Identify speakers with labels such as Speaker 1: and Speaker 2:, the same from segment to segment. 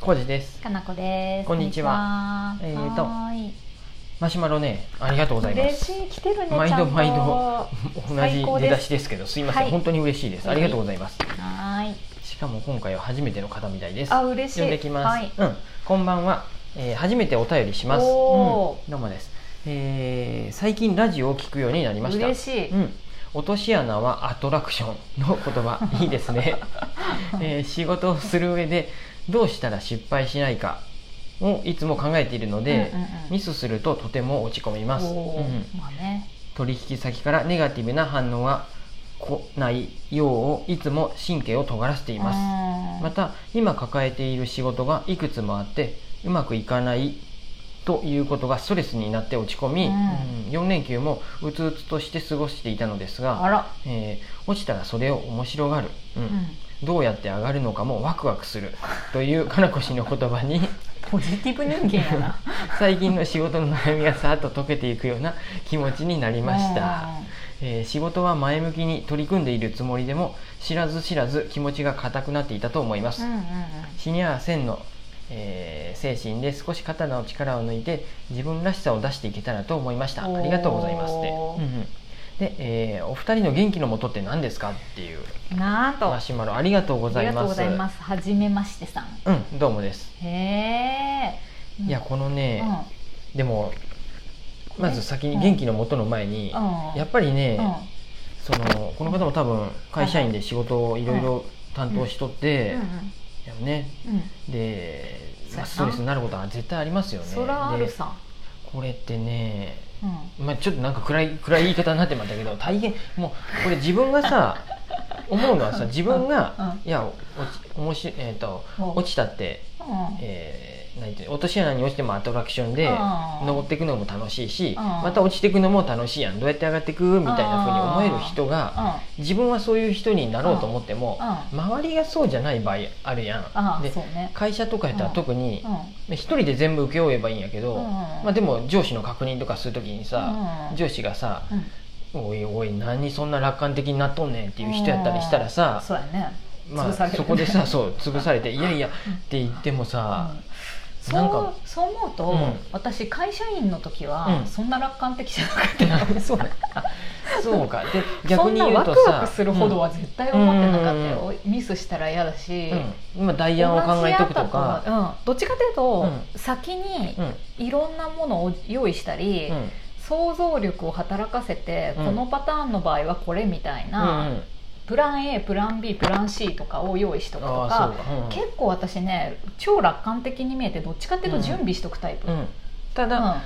Speaker 1: コージです
Speaker 2: かなこです
Speaker 1: こんにちは
Speaker 2: こんにち
Speaker 1: えーと
Speaker 2: はーい
Speaker 1: マシュマロねありがとうございま
Speaker 2: 嬉
Speaker 1: す
Speaker 2: しい来てるね
Speaker 1: 毎
Speaker 2: ちゃ
Speaker 1: 度
Speaker 2: んと
Speaker 1: 毎度
Speaker 2: は
Speaker 1: 同
Speaker 2: 最
Speaker 1: じ
Speaker 2: 高です
Speaker 1: 出だしですけどすいません、
Speaker 2: はい
Speaker 1: 本当に嬉しいですありがとうございます
Speaker 2: ーい
Speaker 1: しかも今回は初めての方みたいです
Speaker 2: あ嬉しい
Speaker 1: 呼んできます、
Speaker 2: はい
Speaker 1: うんこんばんは、えー初めてお便りします、うん
Speaker 2: おー
Speaker 1: どうもです、えー最近ラジオを聞くようになりました
Speaker 2: 嬉しい、
Speaker 1: うん、落とし穴はアトラクションの言 葉いいですね、えー仕事をする上でどうしたら失敗しないかをいつも考えているので、
Speaker 2: うんうんうん
Speaker 1: ミスするととても落ち込みます、
Speaker 2: おー
Speaker 1: うん
Speaker 2: まあね
Speaker 1: 取引先からネガティブな反応が来ないようをいつも神経を尖らせています、
Speaker 2: うん
Speaker 1: また今抱えている仕事がいくつもあってうまくいかないということがストレスになって落ち込み、
Speaker 2: う
Speaker 1: うんん4連休もうつうつとして過ごしていたのです
Speaker 2: あ
Speaker 1: が、
Speaker 2: ら、
Speaker 1: えー落ちたらそれを面白がる、うん
Speaker 2: うん、
Speaker 1: どうやって上がるのかもワクワクするというかなこ氏の言葉に
Speaker 2: ポジティブ人間やな
Speaker 1: 最近の仕事の悩みがさーっと解けていくような気持ちになりました。えー仕事は前向きに取り組んでいるつもりでも知らず知らず気持ちが硬くなっていたと思います、
Speaker 2: うんうんうん
Speaker 1: シニア1000の、えー精神で少し肩の力を抜いて自分らしさを出していけたらと思いました
Speaker 2: おー
Speaker 1: ありがとうございますって、うんうんでえーお二人の元気のもとって何ですかっていう
Speaker 2: うんなんと
Speaker 1: マシュマロありがとうござ
Speaker 2: あり
Speaker 1: い
Speaker 2: がとう
Speaker 1: ま
Speaker 2: ご
Speaker 1: す
Speaker 2: ざいます。はじめましてさん。
Speaker 1: うんどうもです、
Speaker 2: へえ。
Speaker 1: いやこのね、
Speaker 2: う
Speaker 1: でもまず先に
Speaker 2: うん
Speaker 1: 元気のもとの前に、
Speaker 2: うん
Speaker 1: やっぱりね、
Speaker 2: ん。うん。
Speaker 1: そのこの方も多分会社員で仕事をいろいろ担当しとって、
Speaker 2: うん
Speaker 1: やよね
Speaker 2: うん。
Speaker 1: で、まあスト
Speaker 2: そうやな
Speaker 1: レスになることは絶対ありますよね
Speaker 2: そらある
Speaker 1: で
Speaker 2: さん。
Speaker 1: これってね
Speaker 2: う
Speaker 1: まあ、ちょっとなんか暗い暗い言い方になってまったけど大変もうこれ自分が さ思うのはさ自分が、いや落ちおもし、えー、と
Speaker 2: うん
Speaker 1: 落ちたって、
Speaker 2: ん。うん。
Speaker 1: えーなんていうの落とし穴に落ちてもアトラクションで
Speaker 2: うん
Speaker 1: 登っていくのも楽しいし、
Speaker 2: うん
Speaker 1: また落ちていくのも楽しいやんどうやって上がっていくみたいなふうに思える人が、
Speaker 2: う
Speaker 1: 自分はそういう人になろうと思っても、
Speaker 2: ん。うん。
Speaker 1: 周りがそうじゃない場合あるや
Speaker 2: あ
Speaker 1: ん。
Speaker 2: あ、
Speaker 1: で
Speaker 2: そうね。
Speaker 1: 会社とかやったら特に
Speaker 2: うん。
Speaker 1: 一人で全部請け負えばいいんやけど、
Speaker 2: うん
Speaker 1: まあ、でも上司の確認とかするときにさ、
Speaker 2: うん
Speaker 1: 上司がさ
Speaker 2: う
Speaker 1: 「
Speaker 2: ん。
Speaker 1: おいおい何そんな楽観的になっとんねん」っていう人やったりしたらさ、
Speaker 2: そうやね。
Speaker 1: ま
Speaker 2: 潰さ
Speaker 1: あ、
Speaker 2: れる
Speaker 1: そこでさそう潰され て「いやいや」って言ってもさ、
Speaker 2: うん
Speaker 1: なん
Speaker 2: そ
Speaker 1: か
Speaker 2: うそう思うと、
Speaker 1: うん
Speaker 2: 私会社員の時は、
Speaker 1: うん
Speaker 2: そんな楽観的じゃなく
Speaker 1: って
Speaker 2: て
Speaker 1: なる そうねあ そうかで
Speaker 2: そ
Speaker 1: 逆
Speaker 2: ん
Speaker 1: に
Speaker 2: な
Speaker 1: 言
Speaker 2: ワ
Speaker 1: う
Speaker 2: ク
Speaker 1: とさ
Speaker 2: ワクするほどは絶対思ってなかったよ、ミスしたら嫌だし、
Speaker 1: うんうんまあ代案を考えとくとか
Speaker 2: 同じやったと思う、うん、どっちかというと、
Speaker 1: う
Speaker 2: 先に
Speaker 1: うん
Speaker 2: いろんなものを用意したり、
Speaker 1: うん
Speaker 2: 想像力を働かせて、
Speaker 1: うん
Speaker 2: このパターンの場合はこれみたいな、
Speaker 1: うん
Speaker 2: プラン A プラン B プラン C とかを用意しとくと
Speaker 1: ああ
Speaker 2: か
Speaker 1: そうか、うん
Speaker 2: 結構私ね超楽観的に見えてどっちかっていうと準備しとくタイプ、
Speaker 1: う
Speaker 2: うん
Speaker 1: んただ、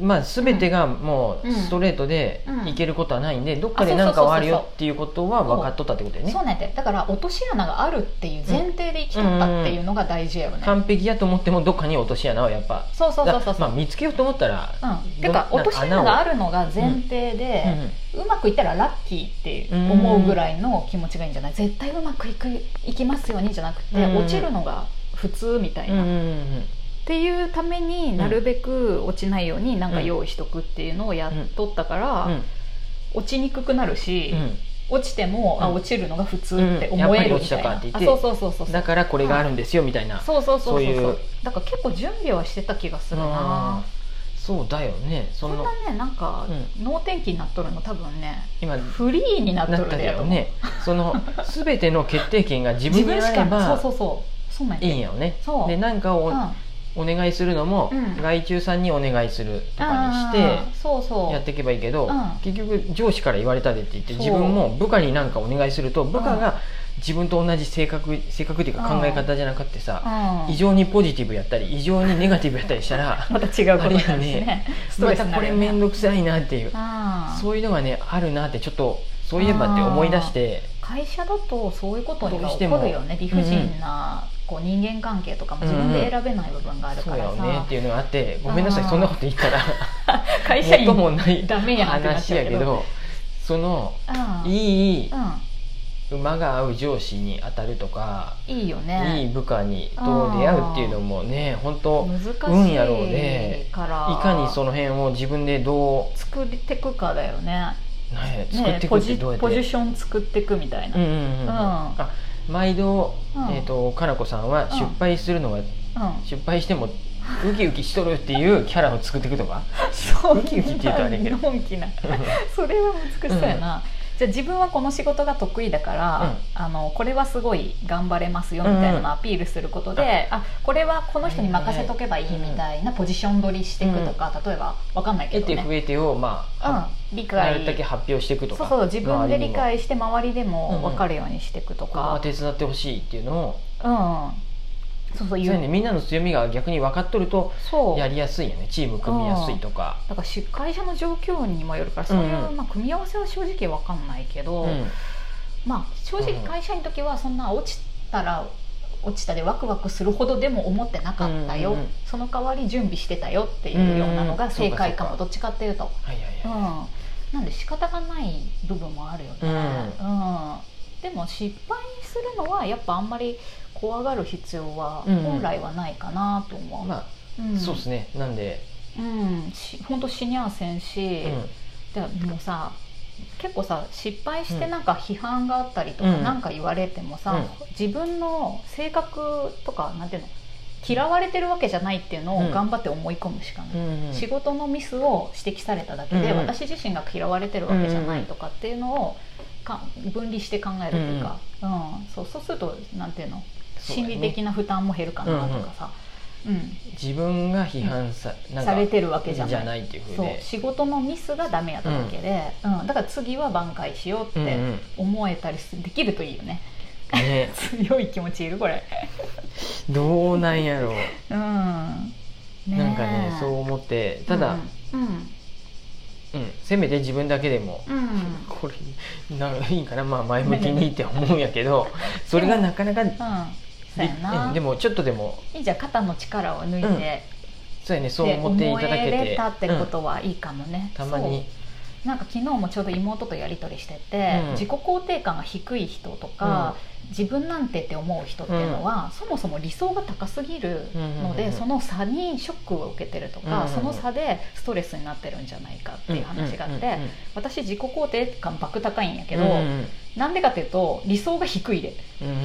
Speaker 1: まあ、全てがも
Speaker 2: うん
Speaker 1: うストレートで
Speaker 2: うん
Speaker 1: いけることはないんで、どっかで何かはあるよっていうことは分かっとったってことだよね
Speaker 2: そうなんやてだから落とし穴があるっていう前提で生きとったっていうのが大事やよね、
Speaker 1: 完璧やと思ってもどっかに落とし穴はやっぱ
Speaker 2: そうそうそうそう
Speaker 1: だまあ、見つけようと思ったら、
Speaker 2: うん、てか落とし穴があるのが前提で
Speaker 1: うん、うん
Speaker 2: うまくいったらラッキーって思うぐらいの気持ちがいいんじゃない絶対うまくいくいきますようにじゃなくて、
Speaker 1: うん
Speaker 2: 落ちるのが普通みたいな、
Speaker 1: うん
Speaker 2: っ
Speaker 1: うん
Speaker 2: ていうためになるべく落ちないようになんか用意しとくっていうのをやっとったから、
Speaker 1: うん
Speaker 2: 落ちにくくなるし、落ちても、あ
Speaker 1: うん
Speaker 2: 落ちるのが普通って思えるみたい
Speaker 1: うんやっぱり落ちたか
Speaker 2: な、
Speaker 1: って言
Speaker 2: あ
Speaker 1: って
Speaker 2: そうそうそうそう
Speaker 1: うんだからこれがあるんですよみたいな
Speaker 2: そうそうそ
Speaker 1: そ
Speaker 2: うそう
Speaker 1: ういう
Speaker 2: だから結構準備はしてた気がする
Speaker 1: う
Speaker 2: な
Speaker 1: んそうだよねそ
Speaker 2: そん
Speaker 1: の
Speaker 2: なねなんか、
Speaker 1: う
Speaker 2: 脳天気になっとるの多分ね
Speaker 1: 今
Speaker 2: フリーになっ
Speaker 1: な
Speaker 2: と
Speaker 1: っ
Speaker 2: る
Speaker 1: た
Speaker 2: でやと
Speaker 1: よ
Speaker 2: 思う
Speaker 1: ねその全ての決定権が自分
Speaker 2: 自
Speaker 1: に
Speaker 2: 分し
Speaker 1: あ
Speaker 2: か
Speaker 1: れ
Speaker 2: ないそう
Speaker 1: ば
Speaker 2: そうそうそうなん
Speaker 1: いいん
Speaker 2: や
Speaker 1: やよね
Speaker 2: そう
Speaker 1: で何かをお願いするのも、
Speaker 2: うん
Speaker 1: 外注さんにお願いするとかにして
Speaker 2: うんそうそう
Speaker 1: やっていけばいいけど、
Speaker 2: うん
Speaker 1: 結局上司から言われたでって言って
Speaker 2: そう
Speaker 1: 自分も部下に何かお願いすると部下が自分と同じ性格性格っていうか
Speaker 2: うん
Speaker 1: 考え方じゃなくてさ、
Speaker 2: うん
Speaker 1: 異常にポジティブやったり異常にネガティブやったりした ら
Speaker 2: また違うことにな
Speaker 1: あ
Speaker 2: る
Speaker 1: れ
Speaker 2: し
Speaker 1: や
Speaker 2: ね
Speaker 1: ね
Speaker 2: スト
Speaker 1: ま
Speaker 2: レス
Speaker 1: た
Speaker 2: にな
Speaker 1: こ
Speaker 2: る
Speaker 1: れ
Speaker 2: よね
Speaker 1: 面倒くさいなっていう
Speaker 2: うん
Speaker 1: そういうのがねあるなってちょっとそういえばって思い出して
Speaker 2: 会社だとそういうこと
Speaker 1: ど
Speaker 2: が
Speaker 1: うし
Speaker 2: 起
Speaker 1: て
Speaker 2: こ
Speaker 1: も
Speaker 2: るよね理不尽なこう人間関係とかも自分で選べない部分がある
Speaker 1: そ
Speaker 2: か
Speaker 1: うや
Speaker 2: ら
Speaker 1: よね
Speaker 2: さ
Speaker 1: っていうのがあってごめんなさい
Speaker 2: うん
Speaker 1: そんなこと言ったら
Speaker 2: 会 社員
Speaker 1: 元もない
Speaker 2: ダメやんってなっ
Speaker 1: 話
Speaker 2: ちゃ
Speaker 1: や
Speaker 2: うけ
Speaker 1: け
Speaker 2: ど
Speaker 1: どその
Speaker 2: うん
Speaker 1: いい
Speaker 2: うん
Speaker 1: 馬が合う上司に当たるとか、
Speaker 2: いいよ
Speaker 1: い
Speaker 2: ね
Speaker 1: い部下にどう出会うっていうのもね本当
Speaker 2: 難し
Speaker 1: 運やろうね
Speaker 2: いから
Speaker 1: いかにその辺を自分でど
Speaker 2: 作ってくかだよね
Speaker 1: う、ね、作っ
Speaker 2: ね
Speaker 1: ていく
Speaker 2: ポ
Speaker 1: って
Speaker 2: ジ
Speaker 1: どうやって、
Speaker 2: ポジション作ってくみたいな
Speaker 1: うんうんうんうん
Speaker 2: うん
Speaker 1: あ毎度、
Speaker 2: うん
Speaker 1: えー、とかなこさんは
Speaker 2: うん
Speaker 1: 失敗するのが
Speaker 2: うん
Speaker 1: 失敗してもウキウキしとるっていうキャラを作っていくとか
Speaker 2: そう
Speaker 1: ウキウキって言うとあれや けど
Speaker 2: のんきなそれは美しそうやな、じゃあ自分はこの仕事が得意だから、あのこれはすごい頑張れますよみたいなのをアピールすることで、あこれはこの人に任せとけばいいみたいなポジション取りしていくとか、例えばわかんないけ
Speaker 1: 得
Speaker 2: ど
Speaker 1: て増
Speaker 2: ね、
Speaker 1: えてをま
Speaker 2: う
Speaker 1: あ、
Speaker 2: ん、理
Speaker 1: なるだけ
Speaker 2: 解
Speaker 1: 発表していくと
Speaker 2: そ
Speaker 1: か
Speaker 2: うそう自分で
Speaker 1: 周
Speaker 2: 理
Speaker 1: りにも
Speaker 2: 解して周りでも分かるようにしていくと
Speaker 1: ここは
Speaker 2: か、
Speaker 1: 手伝ってほしいっていうのを
Speaker 2: うんそうそう
Speaker 1: そう
Speaker 2: 言
Speaker 1: や
Speaker 2: う
Speaker 1: ねみんなの強みが逆に分かっとると
Speaker 2: そう
Speaker 1: やりやすいよねチーム組みやすいとか、
Speaker 2: だからし会社の状況にもよるからそういう、
Speaker 1: うんうん
Speaker 2: まあ、組み合わせは正直わかんないけど、
Speaker 1: うん
Speaker 2: まあ、正直会社の時はそんな落ちたら落ちたでワクワクするほどでも思ってなかったよ、
Speaker 1: うんうんうん
Speaker 2: その代わり準備してたよっていうようなの
Speaker 1: うんう
Speaker 2: が
Speaker 1: ん
Speaker 2: 正解か
Speaker 1: そうかそうか
Speaker 2: も、どっちかっていうと、
Speaker 1: はいはいはい
Speaker 2: うん、なんで仕方がない部分もあるよね、
Speaker 1: うん
Speaker 2: うんでも失敗するのはやっぱあんまり怖がる必要は
Speaker 1: うんうん
Speaker 2: 本来はないかなと思う、
Speaker 1: まあ、
Speaker 2: うん
Speaker 1: そうですねなんで、
Speaker 2: うんしほんと死にゃあせんし、でもうさ結構さ失敗してなんか批判があったりとか、
Speaker 1: うん
Speaker 2: なんか言われてもさ、自分の性格とかなんていうの嫌われてるわけじゃないっていうの
Speaker 1: う
Speaker 2: を
Speaker 1: ん
Speaker 2: 頑張って思い込むしかない、
Speaker 1: うんうん
Speaker 2: 仕事のミスを指摘されただけで、
Speaker 1: うんうん
Speaker 2: 私自身が嫌われてるわけじゃないとかっていうのをか分離して考えるというか、うんそうそうするとなんていうの
Speaker 1: そうだ
Speaker 2: 心
Speaker 1: ね
Speaker 2: 理的な負担も減るかなとかさ、うん
Speaker 1: 自分が批判さ,、なんか
Speaker 2: されてるわけじゃない
Speaker 1: じゃないっていうふう
Speaker 2: そう
Speaker 1: で
Speaker 2: 仕事のミスがダメやっただけで、うんだから次は挽回しよう
Speaker 1: う
Speaker 2: っ
Speaker 1: んう
Speaker 2: て
Speaker 1: ん
Speaker 2: 思えたりすできるといいよね
Speaker 1: ね、
Speaker 2: 強い気持ちいるこれ
Speaker 1: どうなんやろう、
Speaker 2: うんね
Speaker 1: なんかねそう思ってただ、
Speaker 2: うん
Speaker 1: うんせめて自分だけでも、
Speaker 2: うん、うん
Speaker 1: これないいんかな、まあ、前向きにって思うんやけ どそれがなかなかで
Speaker 2: そうや
Speaker 1: う
Speaker 2: なん
Speaker 1: でもちょっとでも
Speaker 2: いいじゃん肩の力を抜いて、
Speaker 1: うんそうやねそう思っていただけ
Speaker 2: で思え
Speaker 1: て
Speaker 2: れたって
Speaker 1: う
Speaker 2: こ
Speaker 1: ん
Speaker 2: とはいいかもね、
Speaker 1: たまに
Speaker 2: なんか昨日もちょうど妹とやり取りしてて、
Speaker 1: うん
Speaker 2: 自己肯定感が低い人とか、自分なんてって思う人っていうのは、そもそも理想が高すぎるので、
Speaker 1: うんうんうん
Speaker 2: その差にショックを受けてるとか、
Speaker 1: うんうんうん
Speaker 2: その差でストレスになってるんじゃないかっていう話があって、
Speaker 1: うんうんうん
Speaker 2: 私自己肯定感バク高いんやけど、
Speaker 1: うん
Speaker 2: なんでかっていうと理想が低いで。
Speaker 1: うんうん
Speaker 2: う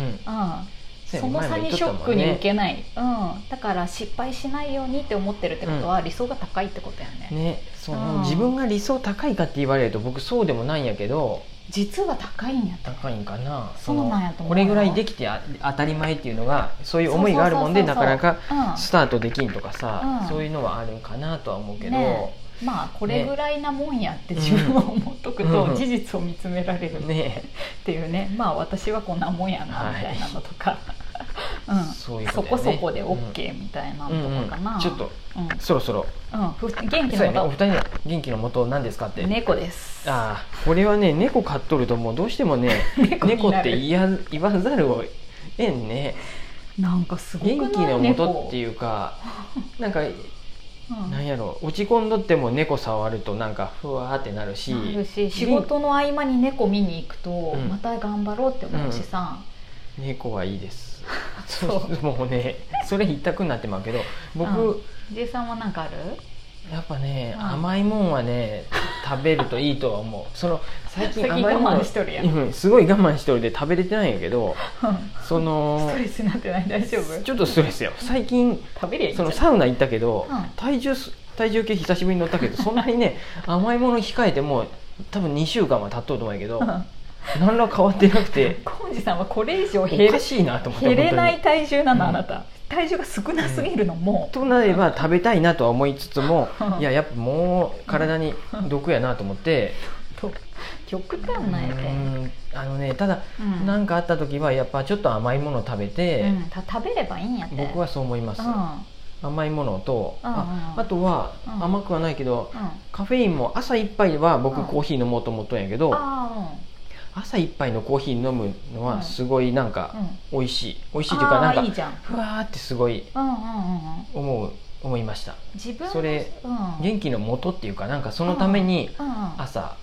Speaker 2: ん
Speaker 1: そう
Speaker 2: そ
Speaker 1: やね
Speaker 2: の差
Speaker 1: 前も
Speaker 2: に
Speaker 1: 言っ
Speaker 2: シ
Speaker 1: と
Speaker 2: ョ
Speaker 1: ったもん
Speaker 2: ッ
Speaker 1: ね
Speaker 2: クに受けない、うん、だから失敗しないようにって思ってるってことは理想が高いってことやね、
Speaker 1: ねそ
Speaker 2: うん
Speaker 1: の自分が理想高いかって言われると僕そうでもないんやけど
Speaker 2: 実は高いんやった
Speaker 1: 高いんかな
Speaker 2: そうなんやと思うよ
Speaker 1: これぐらいできてあ当たり前っていうのがそういう思いがあるもんで
Speaker 2: そう
Speaker 1: な
Speaker 2: そう
Speaker 1: か
Speaker 2: そうそう
Speaker 1: なか
Speaker 2: うん
Speaker 1: スタートできんとかさ、
Speaker 2: うん
Speaker 1: そういうのはあるんかなとは思うけど、
Speaker 2: ね
Speaker 1: ね
Speaker 2: まあこれぐらいなもんやって自分は思っとく
Speaker 1: うんう
Speaker 2: と
Speaker 1: ん
Speaker 2: 事実を見つめられるっていうねまあ私はこんなもんやなみたいなのとか、うん、
Speaker 1: そういうこ
Speaker 2: そ
Speaker 1: とやね
Speaker 2: こそこで OK みたいな
Speaker 1: うん
Speaker 2: のとかかな、
Speaker 1: うんちょっと
Speaker 2: うん、うん
Speaker 1: そろそろ
Speaker 2: ふ元気
Speaker 1: そうやね
Speaker 2: な
Speaker 1: お
Speaker 2: こ
Speaker 1: 二人の元気のもと何ですかっ
Speaker 2: と
Speaker 1: て、
Speaker 2: 猫です
Speaker 1: ああこれはね猫飼っとるともうどうしてもね
Speaker 2: 猫に
Speaker 1: 猫
Speaker 2: な
Speaker 1: っ
Speaker 2: る
Speaker 1: て言や言わざるをえんね
Speaker 2: なんかすごくない
Speaker 1: 元気のもとって
Speaker 2: う、
Speaker 1: いうかなんか
Speaker 2: うん
Speaker 1: なんやろ落ち込んどっても猫触るとなんかふわーってなるし
Speaker 2: なるし仕事の合間に猫見に行くと、
Speaker 1: ん
Speaker 2: また頑張ろうって思うしさ、
Speaker 1: 猫はいいです
Speaker 2: そう
Speaker 1: そうもうねそれ一択になってまうけど僕、
Speaker 2: う J さんは何かある
Speaker 1: やっぱね、
Speaker 2: うん
Speaker 1: 甘いもんはね食べるといいとは思うその最近甘いもん
Speaker 2: 最近我慢しとるやん
Speaker 1: うんすごい我慢しとるで食べれてないんやけどその
Speaker 2: ストレスになってない大丈夫
Speaker 1: ちょっとストレスよ最近
Speaker 2: 食べりゃいいじ
Speaker 1: そ
Speaker 2: ゃん
Speaker 1: のサウナ行ったけど、
Speaker 2: うん
Speaker 1: 体重す体重計久しぶりに乗ったけどそんなに ね甘いもの控えてもう多分2週間は経っとると思うんやけど、
Speaker 2: うん
Speaker 1: 何ら変わってなくて
Speaker 2: コンジさんはこれ以上
Speaker 1: お
Speaker 2: 減
Speaker 1: か
Speaker 2: れ
Speaker 1: しいなと思って
Speaker 2: 減れな
Speaker 1: 本
Speaker 2: い体重なの、
Speaker 1: うん
Speaker 2: あなた体重が少なすぎるのも、
Speaker 1: 当にとなれば食べたいなとは思いつつも
Speaker 2: うん
Speaker 1: いややっぱもう体に毒やなと思って
Speaker 2: と極端
Speaker 1: う
Speaker 2: なやつやね
Speaker 1: んあのねただ
Speaker 2: うん
Speaker 1: 何かあった時はやっぱちょっと甘いものを食べ
Speaker 2: う
Speaker 1: て、
Speaker 2: んた食べればいいんやって
Speaker 1: 僕はそう思います、甘いものと、
Speaker 2: うんうん
Speaker 1: ああとは
Speaker 2: うん
Speaker 1: 甘くはないけど、
Speaker 2: うん、うん、あ
Speaker 1: カフェインも朝一杯は
Speaker 2: うん
Speaker 1: 僕コーヒー飲もうと思ったんやけど、
Speaker 2: あ
Speaker 1: 朝一杯のコーヒー飲むの
Speaker 2: うん
Speaker 1: はすごいなん
Speaker 2: うん
Speaker 1: か
Speaker 2: うん
Speaker 1: 美味しい、美味しいというか
Speaker 2: あ
Speaker 1: な
Speaker 2: あい
Speaker 1: ん
Speaker 2: い
Speaker 1: か
Speaker 2: じゃん
Speaker 1: ふわーってすごい
Speaker 2: うんうんうんうん
Speaker 1: 思う思いました
Speaker 2: 自分の
Speaker 1: それ
Speaker 2: うん
Speaker 1: 元気の元っていうかなんかそのために
Speaker 2: うんうん
Speaker 1: 朝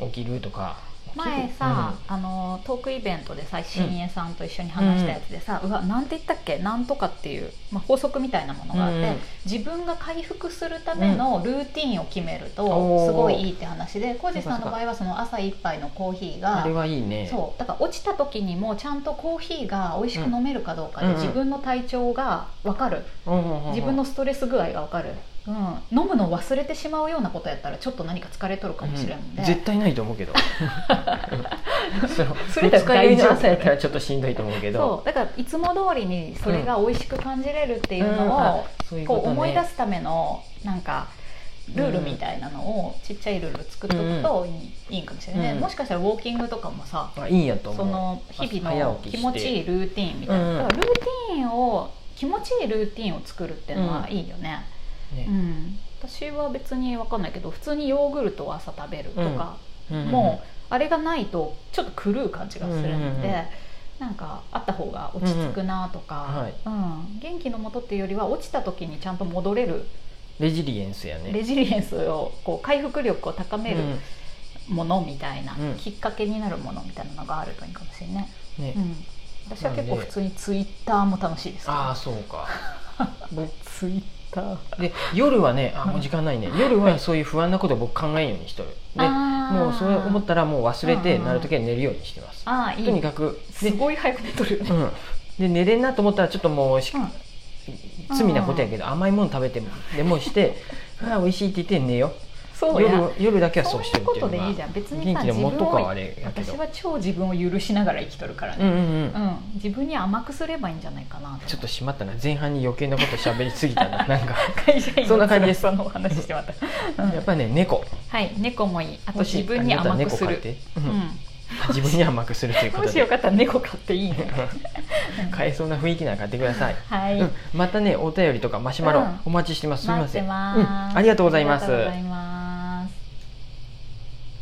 Speaker 2: うん
Speaker 1: 起きるとか
Speaker 2: 前さ、あのトークイベントでさ新栄さんと一緒に話したやつでさ、うわなんて言ったっけなんとかっていう、まあ、法則みたいなものがあって、
Speaker 1: うん
Speaker 2: 自分が回復するためのルーティンを決めるとすごいいいって話で浩二さんの場合はその朝一杯のコーヒー
Speaker 1: あれ
Speaker 2: が。
Speaker 1: はいいね
Speaker 2: そうだから落ちた時にもちゃんとコーヒーが美味しく飲めるかどうか
Speaker 1: うん
Speaker 2: で
Speaker 1: うん
Speaker 2: 自分の体調が分かる
Speaker 1: うんうんうんうん
Speaker 2: 自分のストレス具合が分かる、うん、飲むのを忘れてしまうようなことやったらちょっと何か疲れとるかもしれんので、
Speaker 1: うん絶対ないと思うけ どそう
Speaker 2: それだと
Speaker 1: 二日酔い
Speaker 2: 大丈
Speaker 1: の
Speaker 2: 夫
Speaker 1: 朝やったらちょっとしんどいと思うけど
Speaker 2: そうだからいつも通りにそれが美味しく感じれるっていうの
Speaker 1: うん
Speaker 2: を
Speaker 1: あ、そういうこ
Speaker 2: こと
Speaker 1: ね
Speaker 2: う思い出すためのなんかルールみたいなのをちっちゃいルール作っとくといい,、ん、いいかもしれない、
Speaker 1: うん
Speaker 2: もしかしたらウォーキングとかもさ
Speaker 1: あいいんやと思う
Speaker 2: その日々の気持ちいいルーティンみたいな、
Speaker 1: うん
Speaker 2: だからルーティンを気持ちいいルーティンを作るっていうのはいいよね、
Speaker 1: ね
Speaker 2: うん私は別に分かんないけど普通にヨーグルトを朝食べるとか、
Speaker 1: うん
Speaker 2: もうあれがないとちょっと狂う感じがするので、
Speaker 1: うんうんうん
Speaker 2: なんかあった方が落ち着くなとか、うん元気のもとっていうよりは落ちた時にちゃんと戻れる
Speaker 1: レジリエンスやね
Speaker 2: レジリエンスをこう回復力を高める
Speaker 1: うん
Speaker 2: ものみたいな、
Speaker 1: うん
Speaker 2: きっかけになるものみたいなのがあるといいかもしれない、
Speaker 1: ね
Speaker 2: うん、私は結構普通にツイッターも楽しいですけど
Speaker 1: ああそう か僕
Speaker 2: ツイッター
Speaker 1: で夜はねあもう時間ないね夜はそういう不安なこと僕考えんようにしとるでもうそう思ったらもう忘れて
Speaker 2: うんうん
Speaker 1: なるときは寝るようにしてます
Speaker 2: あーあーいい
Speaker 1: とにかく
Speaker 2: す
Speaker 1: で,、
Speaker 2: ごい早く寝とるよ
Speaker 1: う
Speaker 2: ね、
Speaker 1: ん、で寝れんなと思ったらちょっともうし
Speaker 2: うん
Speaker 1: 罪なことやけど甘いもの食べてもでもして「ああ美味しい」って言って寝よ
Speaker 2: そうや
Speaker 1: 夜夜だけは
Speaker 2: そ
Speaker 1: そうう
Speaker 2: い
Speaker 1: して
Speaker 2: う
Speaker 1: る
Speaker 2: こ
Speaker 1: っていう
Speaker 2: と
Speaker 1: の
Speaker 2: でいいじ
Speaker 1: が
Speaker 2: ゃん別に
Speaker 1: 元
Speaker 2: さ
Speaker 1: 気の
Speaker 2: 自
Speaker 1: 元
Speaker 2: 分
Speaker 1: かは
Speaker 2: を
Speaker 1: あれやけど
Speaker 2: 私は超自分を許しながら生きとるから
Speaker 1: うんう
Speaker 2: ね、
Speaker 1: んうん
Speaker 2: うん自分に甘くすればいいんじゃないかな
Speaker 1: ちょっとしまったな前半に余計なこと喋りすぎたななんか
Speaker 2: 会社員
Speaker 1: そんな感じです
Speaker 2: そのお話してまた、うん
Speaker 1: やっぱりね猫
Speaker 2: はい猫もいいあと
Speaker 1: もし
Speaker 2: 自分に甘くす
Speaker 1: あなた猫飼っ
Speaker 2: る
Speaker 1: てうん
Speaker 2: う
Speaker 1: 自分に甘くするというんこ
Speaker 2: も
Speaker 1: と
Speaker 2: しよ
Speaker 1: で
Speaker 2: かったら猫飼っていいね
Speaker 1: 買えそうな雰囲気なら買ってください
Speaker 2: はい、
Speaker 1: うんまたねお便りとかマシュマ
Speaker 2: う
Speaker 1: ロ
Speaker 2: ん
Speaker 1: お待ちしてますすみ
Speaker 2: 待
Speaker 1: ま
Speaker 2: っ
Speaker 1: せ
Speaker 2: て
Speaker 1: んうん
Speaker 2: ます、
Speaker 1: ありがとうございま
Speaker 2: ありがとう
Speaker 1: す
Speaker 2: ございます